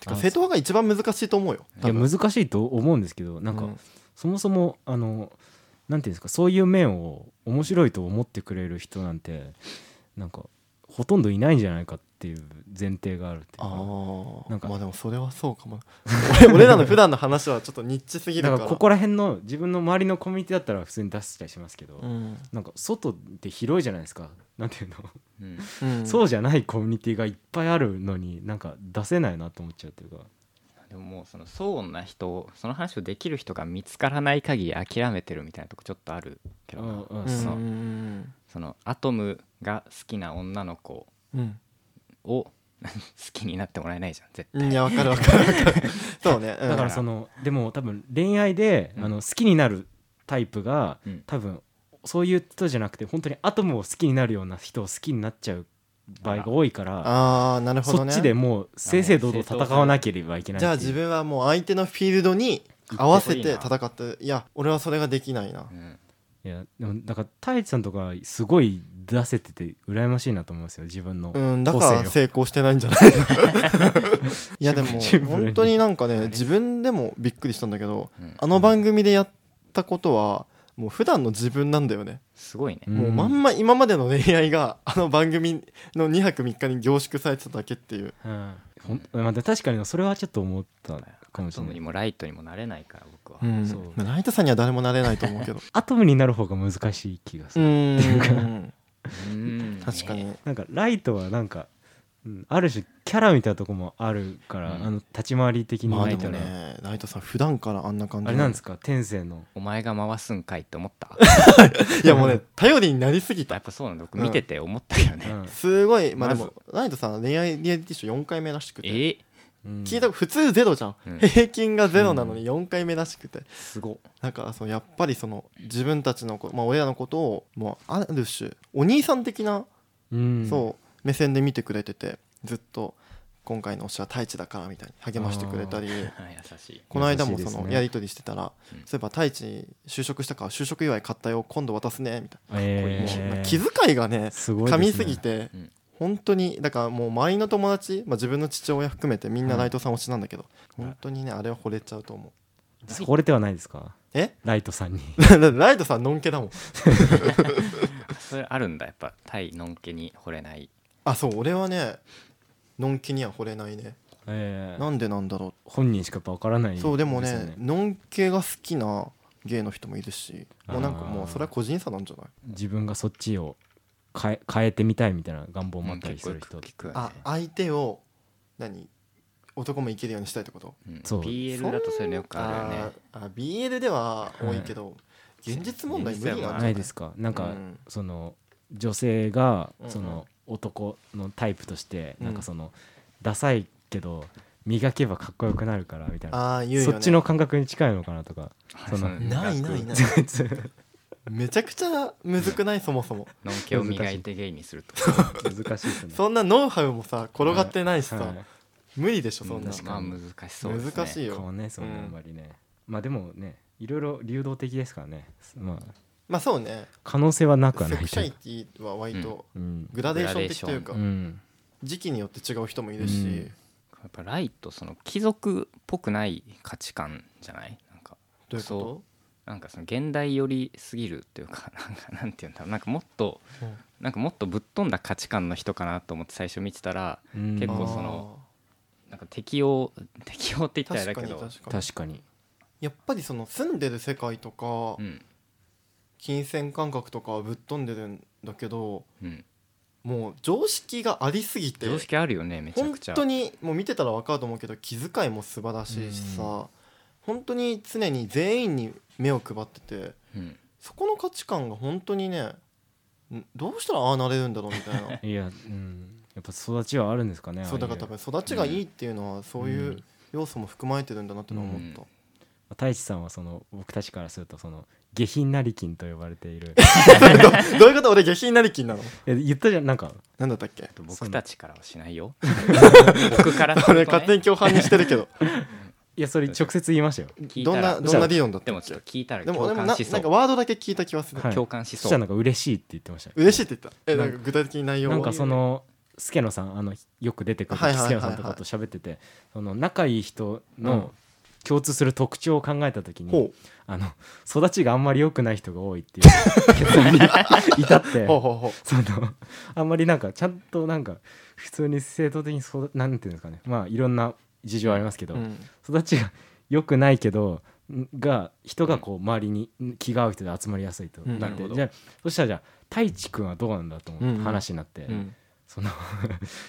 [SPEAKER 2] てか正統派が一番難しいと思うよ
[SPEAKER 1] いや難しいと思うんですけどなんか、
[SPEAKER 2] うん
[SPEAKER 1] そもそもあのなんていうんですかそういう面を面白いと思ってくれる人なんてなんかほとんどいないんじゃないかっていう前提があるっていう
[SPEAKER 2] あ
[SPEAKER 1] かなん
[SPEAKER 2] あ
[SPEAKER 1] か
[SPEAKER 2] まあでもそれはそうかも俺俺らの普段の話はちょっとニッチすぎる
[SPEAKER 1] だ
[SPEAKER 2] か
[SPEAKER 1] かららここら辺の自分の周りのコミュニティだったら普通に出したりしますけど、
[SPEAKER 2] うん
[SPEAKER 1] なんか外って広いじゃないですかなんていうの、
[SPEAKER 3] うん
[SPEAKER 2] うん
[SPEAKER 1] そうじゃないコミュニティがいっぱいあるのになんか出せないなと思っちゃうっていうか
[SPEAKER 3] でももうその相応な人をその話をできる人が見つからない限り諦めてるみたいなとこちょっとあるけど
[SPEAKER 1] う
[SPEAKER 3] な、
[SPEAKER 1] んうん
[SPEAKER 2] うん
[SPEAKER 1] そう
[SPEAKER 2] うん
[SPEAKER 3] そのアトムが好きな女の子
[SPEAKER 2] うん
[SPEAKER 3] を 好きになってもらえないじゃん絶
[SPEAKER 2] うんいやわかるわかるわか るそうね、うん
[SPEAKER 1] だからそのでも多分恋愛で、
[SPEAKER 3] うん
[SPEAKER 1] あの好きになるタイプが、
[SPEAKER 3] うん
[SPEAKER 1] 多分そういう人じゃなくて本当にアトムを好きになるような人を好きになっちゃう場合が多いから
[SPEAKER 2] ああなるほ
[SPEAKER 1] そ
[SPEAKER 2] ど
[SPEAKER 1] っ
[SPEAKER 2] ね
[SPEAKER 1] ちでもう正々堂々戦わなければいけない
[SPEAKER 2] じゃあ自分はもう相手のフィールドに合わせて戦っていや俺はそれができないな
[SPEAKER 3] 対、うん
[SPEAKER 1] いやでもだから太一さんとかすごい出せてて羨ましいなと思うんですよ自分の個
[SPEAKER 2] う
[SPEAKER 1] 性を、
[SPEAKER 2] んだから成功してないんじゃない いやでも
[SPEAKER 1] シンプルに
[SPEAKER 2] 本当になんかね自分でもびっくりしたんだけど
[SPEAKER 3] うん
[SPEAKER 2] あの番組でやったことはもう普段の自分なんだよね、
[SPEAKER 3] すごいね、
[SPEAKER 1] うん
[SPEAKER 2] もうまんま今までの恋愛があの番組の2泊3日に凝縮されてただけっていう
[SPEAKER 1] うんほんまあ、で確かにそれはちょっと思ったかもし
[SPEAKER 3] そ
[SPEAKER 1] れ
[SPEAKER 3] の
[SPEAKER 1] ない
[SPEAKER 3] にもライトにもなれないから僕は、
[SPEAKER 2] うん
[SPEAKER 1] そう
[SPEAKER 2] まあライトさんには誰もなれないと思うけど
[SPEAKER 1] アトムになる方が難しい気がす
[SPEAKER 2] う
[SPEAKER 1] る、
[SPEAKER 2] ん
[SPEAKER 3] うん
[SPEAKER 2] 確かに
[SPEAKER 1] なんかライトはなんか、うん、ある種キャラみたいなとこもあるから、
[SPEAKER 3] うん
[SPEAKER 1] あの立ち回り的に
[SPEAKER 2] ま
[SPEAKER 1] ラ
[SPEAKER 2] あで
[SPEAKER 1] イト
[SPEAKER 2] も
[SPEAKER 1] ね,、
[SPEAKER 2] ねライトさん普段からあんな感じ
[SPEAKER 1] あれなんですか天性の
[SPEAKER 3] お前が回すんかいって思った
[SPEAKER 2] いやもうね頼りになりすぎ
[SPEAKER 3] やったぱそうなんだ僕見てて思ったけど
[SPEAKER 1] う
[SPEAKER 3] ね、
[SPEAKER 1] ん
[SPEAKER 2] すごいまあで
[SPEAKER 3] ま
[SPEAKER 2] もライトさん恋愛リアリティショー4回目らしく
[SPEAKER 3] え
[SPEAKER 2] て
[SPEAKER 3] ー
[SPEAKER 1] うん
[SPEAKER 2] 聞いた普通ゼロじゃん、
[SPEAKER 3] うん
[SPEAKER 2] 平均がゼロなのに4回目らしくて、
[SPEAKER 3] すごっ
[SPEAKER 2] なんかそのやっぱりその自分たちのこ、まあ、親のことをもうある種お兄さん的な、
[SPEAKER 1] うん
[SPEAKER 2] そう目線で見てくれててずっと今回の推しは太一だからみたいに励ましてくれたり
[SPEAKER 3] 優しい
[SPEAKER 2] この間も
[SPEAKER 1] 優しい
[SPEAKER 2] そ
[SPEAKER 1] です
[SPEAKER 2] の
[SPEAKER 1] ね
[SPEAKER 2] やり取りしてたら、
[SPEAKER 3] うん
[SPEAKER 2] そういえば太一就職したから就職祝い買ったよ今度渡すねみたいな、
[SPEAKER 1] えー
[SPEAKER 2] もう気遣いがね
[SPEAKER 1] すごいで
[SPEAKER 2] 噛み
[SPEAKER 1] す
[SPEAKER 2] す
[SPEAKER 1] ね
[SPEAKER 2] ぎて、
[SPEAKER 3] うん
[SPEAKER 2] 本当にだからもう周りの友達、まあ、自分の父親含めてみんなライトさん推しなんだけど、
[SPEAKER 1] うん
[SPEAKER 2] 本当にねあれは惚れちゃうと思う
[SPEAKER 1] 惚れてはないですか
[SPEAKER 2] え
[SPEAKER 1] ライトさんに
[SPEAKER 2] ライトさんのんけだもん
[SPEAKER 3] それあるんだやっぱ対のんけに惚れない
[SPEAKER 2] あそう俺はねのんけには惚れないね
[SPEAKER 1] えー
[SPEAKER 2] なんでなんだろ
[SPEAKER 1] 本人しかやっぱわからないうすよ、
[SPEAKER 2] そうでもねのんけが好きな芸の人もいるしもうなんかも
[SPEAKER 1] あ
[SPEAKER 2] う
[SPEAKER 1] ー
[SPEAKER 2] それは個人差なんじゃない
[SPEAKER 1] 自分がそっちを変え変えてみたいみたいな願望もあったりす
[SPEAKER 3] 結構
[SPEAKER 1] る
[SPEAKER 3] よく
[SPEAKER 1] 人
[SPEAKER 3] 聞くよね
[SPEAKER 2] あ相手を何男もいけるようにしたいってこと
[SPEAKER 3] うん
[SPEAKER 1] そう
[SPEAKER 3] BL だとそういうのよくあるよね
[SPEAKER 2] あーあ BL では多いけど、現実問題無理なんじゃ
[SPEAKER 3] あ
[SPEAKER 2] な
[SPEAKER 1] ないいですかなんか、
[SPEAKER 2] うん
[SPEAKER 1] その女性が
[SPEAKER 2] うんうん
[SPEAKER 1] その男のタイプとして
[SPEAKER 2] うん
[SPEAKER 1] なんかそのダサいけど磨けばかっこよくなるからみたいな
[SPEAKER 2] ああ言うよ、ね、
[SPEAKER 1] そっちの感覚に近いのかなと かその
[SPEAKER 2] ないないないめちゃくちゃむずくないそもそも
[SPEAKER 3] のんけを磨いてゲイにすると
[SPEAKER 1] 難しいですね
[SPEAKER 2] そんなノウハウもさ転がってないしさ、
[SPEAKER 1] はい
[SPEAKER 2] 無理でしょそんな、
[SPEAKER 1] 確
[SPEAKER 3] ま
[SPEAKER 1] か
[SPEAKER 3] あ
[SPEAKER 1] に
[SPEAKER 3] 難しそうですね
[SPEAKER 2] 難しい
[SPEAKER 1] 変わ
[SPEAKER 2] よ
[SPEAKER 1] んないですもんね
[SPEAKER 2] うん
[SPEAKER 1] あんまりねまあでもねいろいろ流動的ですからねまあ
[SPEAKER 2] まあそうね
[SPEAKER 1] 可能性はなくは
[SPEAKER 2] セ
[SPEAKER 1] な
[SPEAKER 2] ク
[SPEAKER 1] い
[SPEAKER 2] シャ
[SPEAKER 1] とい
[SPEAKER 2] リ
[SPEAKER 1] う
[SPEAKER 2] ティは割と
[SPEAKER 1] うん
[SPEAKER 2] グラデーション的というか、
[SPEAKER 1] うん
[SPEAKER 2] 時期によって違う人もいるし、
[SPEAKER 1] うん
[SPEAKER 3] やっぱライトその貴族っぽくない価値観じゃないなんか
[SPEAKER 2] どういう
[SPEAKER 3] そ
[SPEAKER 2] こ
[SPEAKER 3] なんかその現代寄りすぎるというか なんかなんていうんだろうなんかもっと
[SPEAKER 2] と、
[SPEAKER 3] なんかもっとぶっ飛んだ価値観の人かなと思って最初見てたら
[SPEAKER 1] うん
[SPEAKER 3] 結
[SPEAKER 2] あ
[SPEAKER 3] 構
[SPEAKER 2] ー
[SPEAKER 3] そのなんか適応 適応って言ったらあれ
[SPEAKER 2] 確
[SPEAKER 3] だ
[SPEAKER 2] か
[SPEAKER 3] け
[SPEAKER 2] に確
[SPEAKER 3] ど
[SPEAKER 2] かに
[SPEAKER 1] 確かに
[SPEAKER 2] やっぱりその住んでる世界とか、
[SPEAKER 3] うん
[SPEAKER 2] 金銭感覚とかはぶっ飛んでるんだけど
[SPEAKER 3] うん
[SPEAKER 2] もう常識がありすぎて
[SPEAKER 3] 常識あるよねめちゃ
[SPEAKER 2] 本
[SPEAKER 3] くちゃ
[SPEAKER 2] 当にもう見てたら分かると思うけど気遣いも素晴らしいしさ、本当に常に全員に目を配ってて
[SPEAKER 3] うん
[SPEAKER 2] そこの価値観が本当にねんどうしたらああなれるんだろうみたいな
[SPEAKER 1] いやうんやっぱ育ちはあるんですかね
[SPEAKER 2] そうだから多分育ちがいいっていうのはそういううん要素も含まれてるんだなってのは思った、
[SPEAKER 1] 太一さんはその僕たちからするとその下品なり金と呼ばれている
[SPEAKER 2] どどういうこと俺下品なりきんなの
[SPEAKER 1] え言ったじゃんなんか
[SPEAKER 2] なんだったっけ
[SPEAKER 1] そ
[SPEAKER 3] と僕
[SPEAKER 1] の
[SPEAKER 3] たちからはしない よ僕からってことね
[SPEAKER 2] 俺勝手に共犯にしてるけど
[SPEAKER 1] いやそれ直接言いましたよ
[SPEAKER 3] 聞い
[SPEAKER 2] ど
[SPEAKER 3] た
[SPEAKER 2] ん
[SPEAKER 3] ら
[SPEAKER 2] などんな理論だっ
[SPEAKER 3] で
[SPEAKER 2] た
[SPEAKER 3] も
[SPEAKER 2] っ
[SPEAKER 3] ち
[SPEAKER 2] け
[SPEAKER 3] ょっと聞いたら
[SPEAKER 2] でも
[SPEAKER 3] 共
[SPEAKER 2] でも
[SPEAKER 3] 感
[SPEAKER 2] な
[SPEAKER 3] しそ
[SPEAKER 2] なんか
[SPEAKER 3] う
[SPEAKER 2] ワードだけ聞いた気はする、
[SPEAKER 1] はい
[SPEAKER 3] 共感し
[SPEAKER 1] そ
[SPEAKER 3] そ
[SPEAKER 1] し
[SPEAKER 3] う
[SPEAKER 1] たらなんか嬉しいって言ってましたよ
[SPEAKER 2] 嬉しいって言ったえ
[SPEAKER 1] な
[SPEAKER 2] なんんか具体的に内容は
[SPEAKER 1] なんかその助野さんあのよく出てくる
[SPEAKER 2] はいはいはい
[SPEAKER 1] 助
[SPEAKER 2] は
[SPEAKER 1] 野
[SPEAKER 2] い
[SPEAKER 1] さんとかと喋っててその仲いい人
[SPEAKER 2] うん
[SPEAKER 1] の共通する特徴を考えた時に
[SPEAKER 2] ほう
[SPEAKER 1] あの育ちがあんまり良くない人が多いっていう 結論に至って
[SPEAKER 2] ほうほうほう
[SPEAKER 1] そのあんまりなんかちゃんとなんか普通に正当的にそうなんていうんですかねまあいろんな事情ありますけど、
[SPEAKER 2] うん
[SPEAKER 1] 育ちが良くないけどんが人がこう周りにん気が合う人で集まりやすいと
[SPEAKER 2] うん
[SPEAKER 1] なっ
[SPEAKER 3] なる
[SPEAKER 1] て、
[SPEAKER 3] ほど
[SPEAKER 1] じゃあそしたらじゃあ太一君はどうなんだと思
[SPEAKER 2] うん
[SPEAKER 1] っ
[SPEAKER 2] う
[SPEAKER 1] て
[SPEAKER 2] ん
[SPEAKER 1] 話になって、
[SPEAKER 2] うん
[SPEAKER 1] その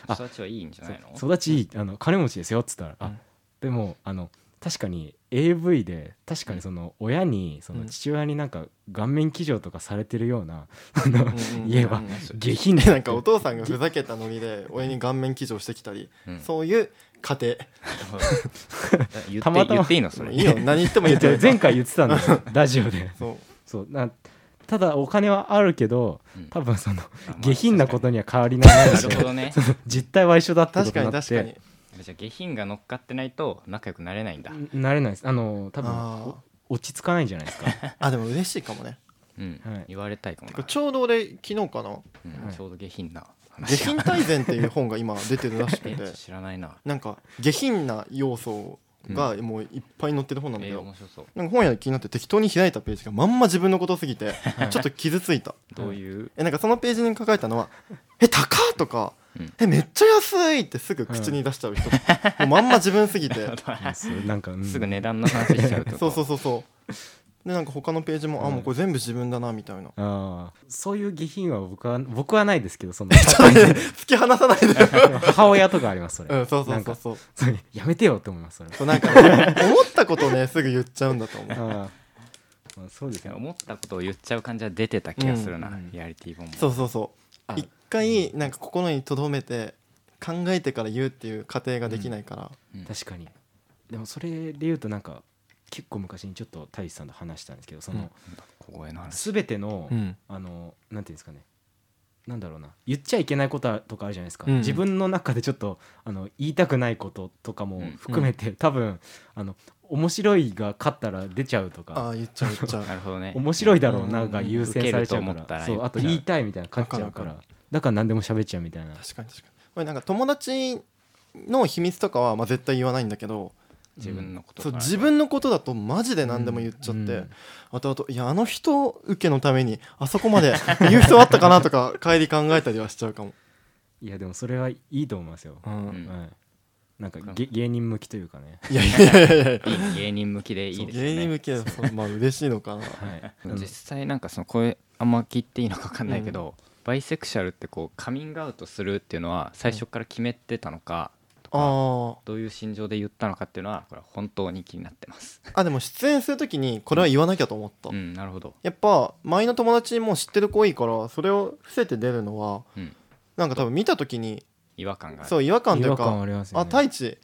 [SPEAKER 3] 育ちはいいんじゃないの
[SPEAKER 1] そう育ちいいあの金持ちですよっつったら、
[SPEAKER 2] う
[SPEAKER 1] あ
[SPEAKER 2] ん
[SPEAKER 1] でもあの確かに AV で確かにその親にその
[SPEAKER 2] うん
[SPEAKER 1] 父親になんか顔面騎乗とかされてるような、あの
[SPEAKER 2] うんうん
[SPEAKER 1] 言えば
[SPEAKER 2] うん
[SPEAKER 1] 下品な
[SPEAKER 2] なんかお父さんがふざけたノリで親に顔面騎乗してきたり、
[SPEAKER 3] うん
[SPEAKER 2] そういう家庭
[SPEAKER 3] 言って
[SPEAKER 1] たまたま
[SPEAKER 3] 言っていいのそれ
[SPEAKER 2] いいよ何言ってもいい
[SPEAKER 1] いや違う 前
[SPEAKER 2] 全
[SPEAKER 1] 回言ってたんですよラジオで
[SPEAKER 2] そう
[SPEAKER 1] そうなただお金はあるけど
[SPEAKER 3] うん
[SPEAKER 1] 多分その
[SPEAKER 3] あまあ
[SPEAKER 1] 下品なことには変わりがない
[SPEAKER 3] な
[SPEAKER 1] し
[SPEAKER 3] るほ どね
[SPEAKER 1] 実態は一緒だってこ
[SPEAKER 2] 確
[SPEAKER 1] と
[SPEAKER 2] か
[SPEAKER 1] に
[SPEAKER 2] に
[SPEAKER 1] なっ
[SPEAKER 2] 確かに
[SPEAKER 1] て
[SPEAKER 3] じゃあ下品が乗っかってないと仲良くなれないんだ
[SPEAKER 1] なれないですあの多分
[SPEAKER 2] あ
[SPEAKER 1] お落ち着かないんじゃない ですか
[SPEAKER 2] ーあでも嬉しいかもね
[SPEAKER 3] うん
[SPEAKER 1] はい
[SPEAKER 3] 言われたいかも
[SPEAKER 2] てか
[SPEAKER 3] な
[SPEAKER 2] ちょうど俺昨日かな
[SPEAKER 3] うんちょうど下品な
[SPEAKER 2] 「下
[SPEAKER 3] 話
[SPEAKER 2] 品大全」っていう本が今出てるらしく
[SPEAKER 3] え
[SPEAKER 2] て
[SPEAKER 3] 知らないな
[SPEAKER 2] なんか下品な要素がもういっぱい載ってる本なんだけ
[SPEAKER 3] え
[SPEAKER 2] ど、
[SPEAKER 3] 面白そう
[SPEAKER 2] なんか本屋で気になって適当に開いたページがまんま自分のことす ぎてちょっと傷ついた
[SPEAKER 3] どういう
[SPEAKER 2] えなんかそのページに書かれたのは「え高っ!」とか
[SPEAKER 3] うん
[SPEAKER 2] 「えめっちゃ安い!」ってすぐ口に出しちゃう人、もうまんま自分すぎ て
[SPEAKER 1] そうなんか、うん
[SPEAKER 3] すぐ値段の話しちゃうってこ
[SPEAKER 2] そ
[SPEAKER 3] と
[SPEAKER 2] うそうそうそうでなんか他のページも「あもうこれ全部自分だな」みたいな
[SPEAKER 1] あーそういう下品は僕は僕はないですけどそ の
[SPEAKER 2] 突き放さ ないでよ
[SPEAKER 1] 母親とかありますそれ、
[SPEAKER 2] うんそうそ
[SPEAKER 1] な
[SPEAKER 2] うんそう
[SPEAKER 1] か
[SPEAKER 2] そう
[SPEAKER 1] それやめてよって思い ますそれ
[SPEAKER 2] そうなんかね、思ったことねすぐ言っちゃうんだと思う
[SPEAKER 1] あー、まあ、そうですね
[SPEAKER 3] 思ったことを言っちゃう感じは出てた気がするな、
[SPEAKER 1] うん
[SPEAKER 3] リアリティ本も
[SPEAKER 2] そうそうそう
[SPEAKER 1] あ
[SPEAKER 2] 一回なんか心に留めて考えてから言うっていう過程ができないから、
[SPEAKER 1] 確かにでもそれで言うとなんか結構昔にちょっと太一さんと話したんですけどその、
[SPEAKER 3] なんだ小声の話
[SPEAKER 1] 全ての、
[SPEAKER 2] うん
[SPEAKER 1] あのなんていうんですかねなんだろうな言っちゃいけないこととかあるじゃないですか、
[SPEAKER 2] うん
[SPEAKER 1] 自分の中でちょっとあの言いたくないこととかも含めて、多分あの面白いが勝ったら出ちゃうと
[SPEAKER 2] あ
[SPEAKER 1] か
[SPEAKER 2] あ言っちゃう言っ ちゃう
[SPEAKER 3] なるほどね
[SPEAKER 1] 面白いだろうなが
[SPEAKER 2] うん
[SPEAKER 1] 優先されちゃ
[SPEAKER 3] 受け
[SPEAKER 1] う
[SPEAKER 3] ると思っ
[SPEAKER 1] か
[SPEAKER 3] た
[SPEAKER 1] ら
[SPEAKER 3] ら
[SPEAKER 1] そうあと言いたいみたいな勝っちゃうか
[SPEAKER 2] わ
[SPEAKER 1] ら
[SPEAKER 2] か
[SPEAKER 1] だから何でも喋っちゃうみたいな
[SPEAKER 2] 確かに確かに俺なんか友達の秘密とかはまあ絶対言わないんだけど
[SPEAKER 3] 自分のこと
[SPEAKER 2] そ
[SPEAKER 3] か
[SPEAKER 2] う
[SPEAKER 3] ら
[SPEAKER 2] 自分のことだとマジで何でも言っちゃって、
[SPEAKER 1] うん
[SPEAKER 2] あとあといやあの人受けのためにあそこまで 言う人あったかなとか帰り考えたりはしちゃうかも、
[SPEAKER 1] いやでもそれはいいと思いますよ、
[SPEAKER 3] うん
[SPEAKER 1] はい、なんかげ芸人向きというかね、
[SPEAKER 2] いやいやいやいやいや
[SPEAKER 3] いい芸人向きでいいです
[SPEAKER 2] 芸人
[SPEAKER 3] ね
[SPEAKER 2] 向けだそうまあ嬉しいのか
[SPEAKER 1] は
[SPEAKER 2] な
[SPEAKER 1] い、
[SPEAKER 3] 実際なんかその声あんま聞いていいのか分かんないけど、バイセクシャルってこうカミングアウトするっていうのは最初から決めてたのか とか、
[SPEAKER 2] あ
[SPEAKER 3] どういう心情で言ったのかっていうのはこれは本当に気になってます。
[SPEAKER 2] ああでも出演する時にこれは言わなきゃと思った、
[SPEAKER 3] うん、なるほど。
[SPEAKER 2] やっぱ前の友達も知ってる子多いからそれを伏せて出るのは
[SPEAKER 3] うん、
[SPEAKER 2] なんか多分見た時に
[SPEAKER 3] 違和感がある。
[SPEAKER 2] そう違和感と
[SPEAKER 1] 違
[SPEAKER 2] いう
[SPEAKER 1] 和
[SPEAKER 2] か
[SPEAKER 1] 感ありますよ、ね、
[SPEAKER 2] あ太一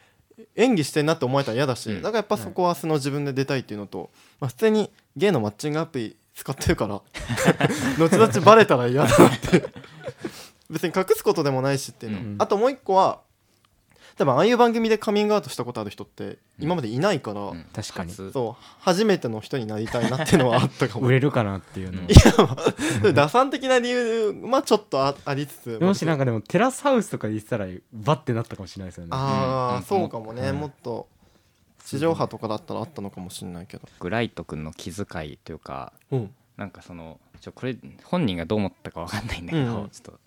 [SPEAKER 2] 演技してんなって思えたら嫌だし、
[SPEAKER 3] うん
[SPEAKER 2] だからやっぱそこは素の自分で出たいっていうのと、まあ、普通にゲイのマッチングアプリ使ってるから 後々バレたら嫌だなって別に隠すことでもないしっていうの、
[SPEAKER 1] うん
[SPEAKER 2] あともう一個は多分ああいう番組でカミングアウトしたことある人って今までいないから、
[SPEAKER 3] うん
[SPEAKER 1] 確かに
[SPEAKER 3] 初
[SPEAKER 2] そう初めての人になりたいなっていうのはあった かも
[SPEAKER 1] 売れるかなっていうのを
[SPEAKER 3] うん
[SPEAKER 2] 打算的な理由まあちょっとあありつつ
[SPEAKER 1] もしなんかでもテラスハウスとか言ってたらバッてなったかもしれないですよね
[SPEAKER 2] ああ、
[SPEAKER 3] うん
[SPEAKER 2] そうかもね、
[SPEAKER 1] うん
[SPEAKER 2] もっと地上波とかだったらあったのかもしれないけど、
[SPEAKER 3] グライト君の気遣いというか
[SPEAKER 2] うん、
[SPEAKER 3] なんかそのちょこれ本人がどう思ったかわかんないんだけど、
[SPEAKER 2] うん
[SPEAKER 3] ちょっと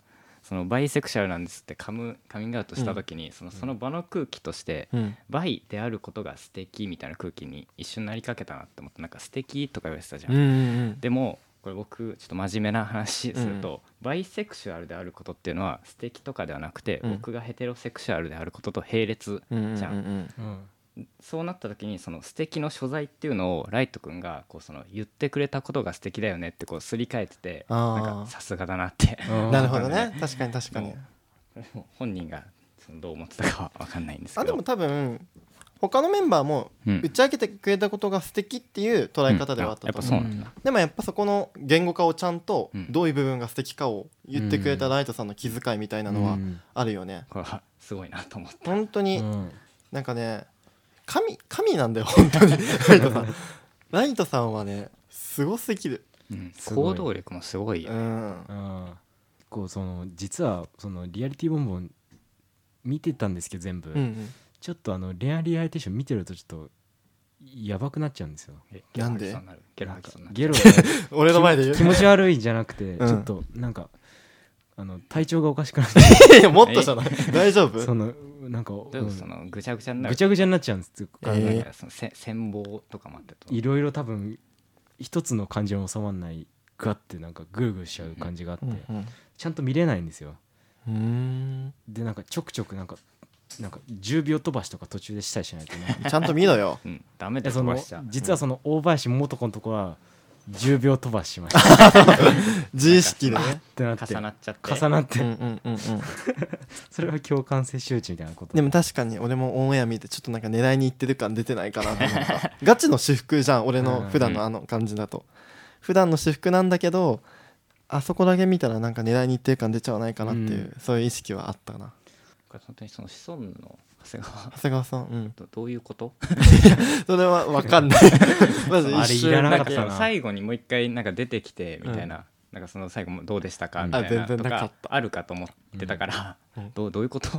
[SPEAKER 3] そのバイセクシャルなんですってカムカミングアウトした時に、そのその場の空気として、
[SPEAKER 2] うん、
[SPEAKER 3] バイであることが素敵みたいな空気に一瞬なりかけたなって思ってなんか素敵とか言われてたじゃん、
[SPEAKER 2] うんうん
[SPEAKER 3] でもこれ僕ちょっと真面目な話すると、バイセクシュアルであることっていうのは素敵とかではなくて、
[SPEAKER 2] うん
[SPEAKER 3] 僕がヘテロセクシュアルであることと並列
[SPEAKER 2] うん
[SPEAKER 3] じゃん
[SPEAKER 2] ん
[SPEAKER 1] うん
[SPEAKER 3] そうなった時にその素敵の所在っていうのをライト君がこうその言ってくれたことが素敵だよねってこうすり替えてて
[SPEAKER 2] あ
[SPEAKER 3] な
[SPEAKER 2] ー
[SPEAKER 3] んかさすがだなって
[SPEAKER 1] うん
[SPEAKER 2] なるほどね確かに確かに
[SPEAKER 3] もうこれも本人がそのどう思ってたかは分かんないんです
[SPEAKER 2] あ
[SPEAKER 3] け
[SPEAKER 2] で
[SPEAKER 3] ど
[SPEAKER 2] も多分他のメンバーも
[SPEAKER 3] うん
[SPEAKER 2] 打ち明けてくれたことが素敵っていう捉え方ではあったと思う、
[SPEAKER 3] うんあやっぱそうなんだ、
[SPEAKER 2] でもやっぱそこの言語化をちゃんと
[SPEAKER 3] うん
[SPEAKER 2] どういう部分が素敵かを言ってくれたライトさんの気遣いみたいなのはあるよね、
[SPEAKER 3] これはすごいなと思って
[SPEAKER 2] 本当
[SPEAKER 1] う
[SPEAKER 2] に
[SPEAKER 1] ん
[SPEAKER 2] なんかね神神なんだよ本当にライトさ んライトさんはねすごすぎる
[SPEAKER 3] うん
[SPEAKER 1] すご
[SPEAKER 3] 行
[SPEAKER 1] い
[SPEAKER 3] 動力もすごいよ
[SPEAKER 2] う
[SPEAKER 3] ね、
[SPEAKER 2] ん
[SPEAKER 1] うんこうその実はそのリアリティボンボン見てたんですけど全部、
[SPEAKER 2] うんうん
[SPEAKER 1] ちょっとあの恋愛リアリティション見てるとちょっとやばくなっちゃうんですよ
[SPEAKER 3] え
[SPEAKER 2] なんで
[SPEAKER 3] ゲロ吐きそうにるゲロ吐きそうになる
[SPEAKER 1] ゲロが
[SPEAKER 2] 俺の前で言 う
[SPEAKER 1] 気持ち悪いじゃなくてち
[SPEAKER 2] うん
[SPEAKER 1] ょっとなんかあの体調がおかしくなっちゃ
[SPEAKER 2] いやもっとじゃない大丈
[SPEAKER 1] う
[SPEAKER 2] 夫
[SPEAKER 1] そのなんか
[SPEAKER 3] どういうことそ
[SPEAKER 1] うん
[SPEAKER 3] のぐちゃぐちゃになる
[SPEAKER 1] ぐちゃぐちゃになっちゃうんですよ
[SPEAKER 2] えー
[SPEAKER 3] なんかそのせ戦望とかもあってと
[SPEAKER 1] いろいろ多分一つの感情に収まらないガッてなんかグーグーしちゃう感じがあって
[SPEAKER 2] うんうん
[SPEAKER 1] ちゃんと見れないんですよ
[SPEAKER 2] うーん
[SPEAKER 1] でなんかちょくちょくなんかなんか10秒飛ばしとか途中でしたりしないと ね
[SPEAKER 2] ちゃんと見ろよ
[SPEAKER 3] うん、ダメ
[SPEAKER 1] いや
[SPEAKER 3] だ
[SPEAKER 1] そ
[SPEAKER 3] 飛
[SPEAKER 1] の
[SPEAKER 3] ばしちゃう
[SPEAKER 1] 実は
[SPEAKER 3] うん
[SPEAKER 1] その大林素子のとこは10秒飛ばししましたっ
[SPEAKER 2] 自意識でね
[SPEAKER 1] てなって
[SPEAKER 3] 重なっちゃって
[SPEAKER 1] 重なっ
[SPEAKER 2] うんう
[SPEAKER 1] て
[SPEAKER 2] んうんうん
[SPEAKER 1] それは共感性周知みたいなこと
[SPEAKER 2] でも確かに俺もオンエア見てちょっとなんか狙いにいってる感出てないかなと思った ガチの私服じゃん俺の普段のあの感じだと普段の私服なんだけどあそこだけ見たらなんか狙いにいってる感出ちゃわないかなっていう、そういう意識はあったな
[SPEAKER 3] 本当にその子孫の長谷川
[SPEAKER 2] 長谷川さんうん
[SPEAKER 3] どどういうこと
[SPEAKER 2] それは分かん ないまず
[SPEAKER 1] あれ
[SPEAKER 2] 一
[SPEAKER 1] いらなかったなん
[SPEAKER 3] その最後にもう一回なんか出てきてみたいな、なんかその最後もどうでしたかみたいな
[SPEAKER 2] あ全然
[SPEAKER 3] と
[SPEAKER 2] なかっ
[SPEAKER 3] かあるかと思ってたから、
[SPEAKER 2] うん
[SPEAKER 3] どうどういうこと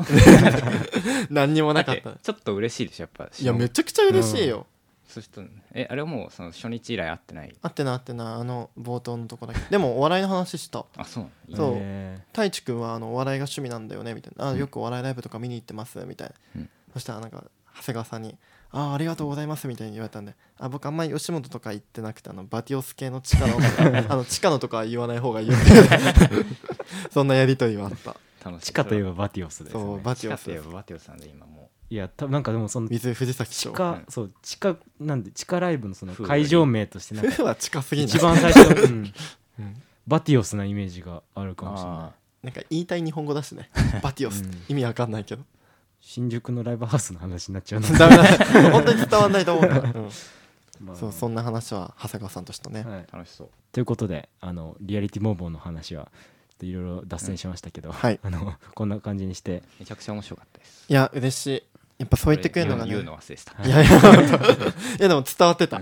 [SPEAKER 2] 何にもな
[SPEAKER 3] だ
[SPEAKER 2] か
[SPEAKER 3] っ
[SPEAKER 2] ってた
[SPEAKER 3] ちょっと嬉しいでしょやっぱ
[SPEAKER 2] いやめちゃくちゃ嬉しいよ、
[SPEAKER 3] そうするとえあれはもうその初日以来会ってない
[SPEAKER 2] あってなあってなあの冒頭のとこだけでもお笑いの話した
[SPEAKER 3] あそういい
[SPEAKER 2] そう
[SPEAKER 1] へ
[SPEAKER 2] 太一くんはあのお笑いが趣味なんだよねみたいなあ
[SPEAKER 3] うん
[SPEAKER 2] よくお笑いライブとか見に行ってますみたいな、
[SPEAKER 3] うん
[SPEAKER 2] そしたらなんか長谷川さんに「ああありがとうございます」みたいに言われたんで「あ僕あんまり吉本とか行ってなくてあのバティオス系の地下のあの地下のとかは言わない方がいいよ」って そんなやりとりはあった
[SPEAKER 3] 楽
[SPEAKER 1] え
[SPEAKER 3] し
[SPEAKER 1] 地下といえ
[SPEAKER 3] ば
[SPEAKER 1] ばバティオスです
[SPEAKER 2] そう
[SPEAKER 1] ね
[SPEAKER 2] バティ
[SPEAKER 3] 地
[SPEAKER 2] オ
[SPEAKER 3] 下
[SPEAKER 2] ス
[SPEAKER 3] といえばバティオさんで今も
[SPEAKER 1] いや多分なんかでもその
[SPEAKER 2] 水藤崎
[SPEAKER 1] 地
[SPEAKER 2] 町
[SPEAKER 1] 下
[SPEAKER 3] うん
[SPEAKER 1] そう地下なんで地下ライブのその
[SPEAKER 3] 風俗
[SPEAKER 1] 会場名としてなん か
[SPEAKER 2] ふは近すぎない
[SPEAKER 1] 一番最初の、うん
[SPEAKER 2] うん
[SPEAKER 1] バティオスなイメージがある
[SPEAKER 3] う
[SPEAKER 1] かもしれない
[SPEAKER 3] あ
[SPEAKER 2] なんか言いたい日本語だしねバティオスって
[SPEAKER 1] うん
[SPEAKER 2] 意味わかんないけど
[SPEAKER 1] 新宿のライブハウスの話になっちゃうの
[SPEAKER 2] ダメだ本当に伝わんないと思うから、うん
[SPEAKER 1] まあ
[SPEAKER 2] そうそんな話は長谷川さんとしたね、
[SPEAKER 1] はい
[SPEAKER 3] ー、楽しそう
[SPEAKER 1] ということであのリアリティモンボンの話はちょっといろいろ脱線しましたけど、
[SPEAKER 2] はい
[SPEAKER 1] あのこんな感じにして
[SPEAKER 3] めちゃくちゃ面白かったです
[SPEAKER 2] いや嬉しいやっぱそう言ってくれるのがね
[SPEAKER 3] 言うの忘れてた
[SPEAKER 1] はい
[SPEAKER 2] やいや、本当 いやでも伝わってた。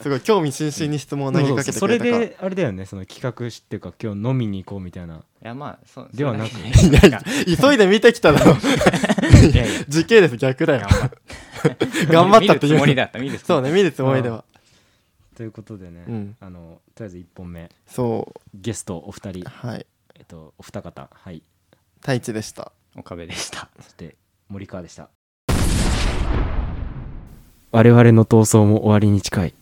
[SPEAKER 2] すごい興味津々に質問を投げかけて
[SPEAKER 1] そ
[SPEAKER 2] くれ
[SPEAKER 1] れ
[SPEAKER 2] たから。
[SPEAKER 1] であれだよねその企画しっていうか今日飲みに行こうみたいない
[SPEAKER 3] やまあそう
[SPEAKER 1] ではなく
[SPEAKER 3] それだけでいいか
[SPEAKER 2] 急いで見てきただろ。
[SPEAKER 3] いやいや
[SPEAKER 2] 時系列逆だよ
[SPEAKER 3] 頑。張っ
[SPEAKER 2] 頑張ったって
[SPEAKER 3] 見るつも
[SPEAKER 2] 言
[SPEAKER 3] り
[SPEAKER 2] う。
[SPEAKER 3] だった見るつ
[SPEAKER 2] そう
[SPEAKER 3] もり
[SPEAKER 2] ね、見るつもりでは。
[SPEAKER 1] ということでね、
[SPEAKER 2] うん
[SPEAKER 1] あのとりあえず1本目
[SPEAKER 2] そ
[SPEAKER 1] ゲストお二人
[SPEAKER 2] う、、はい。
[SPEAKER 1] えっと、お二方はい
[SPEAKER 2] 太一でした。
[SPEAKER 3] 岡部でした
[SPEAKER 1] そして森川でした我々の闘争も終わりに近い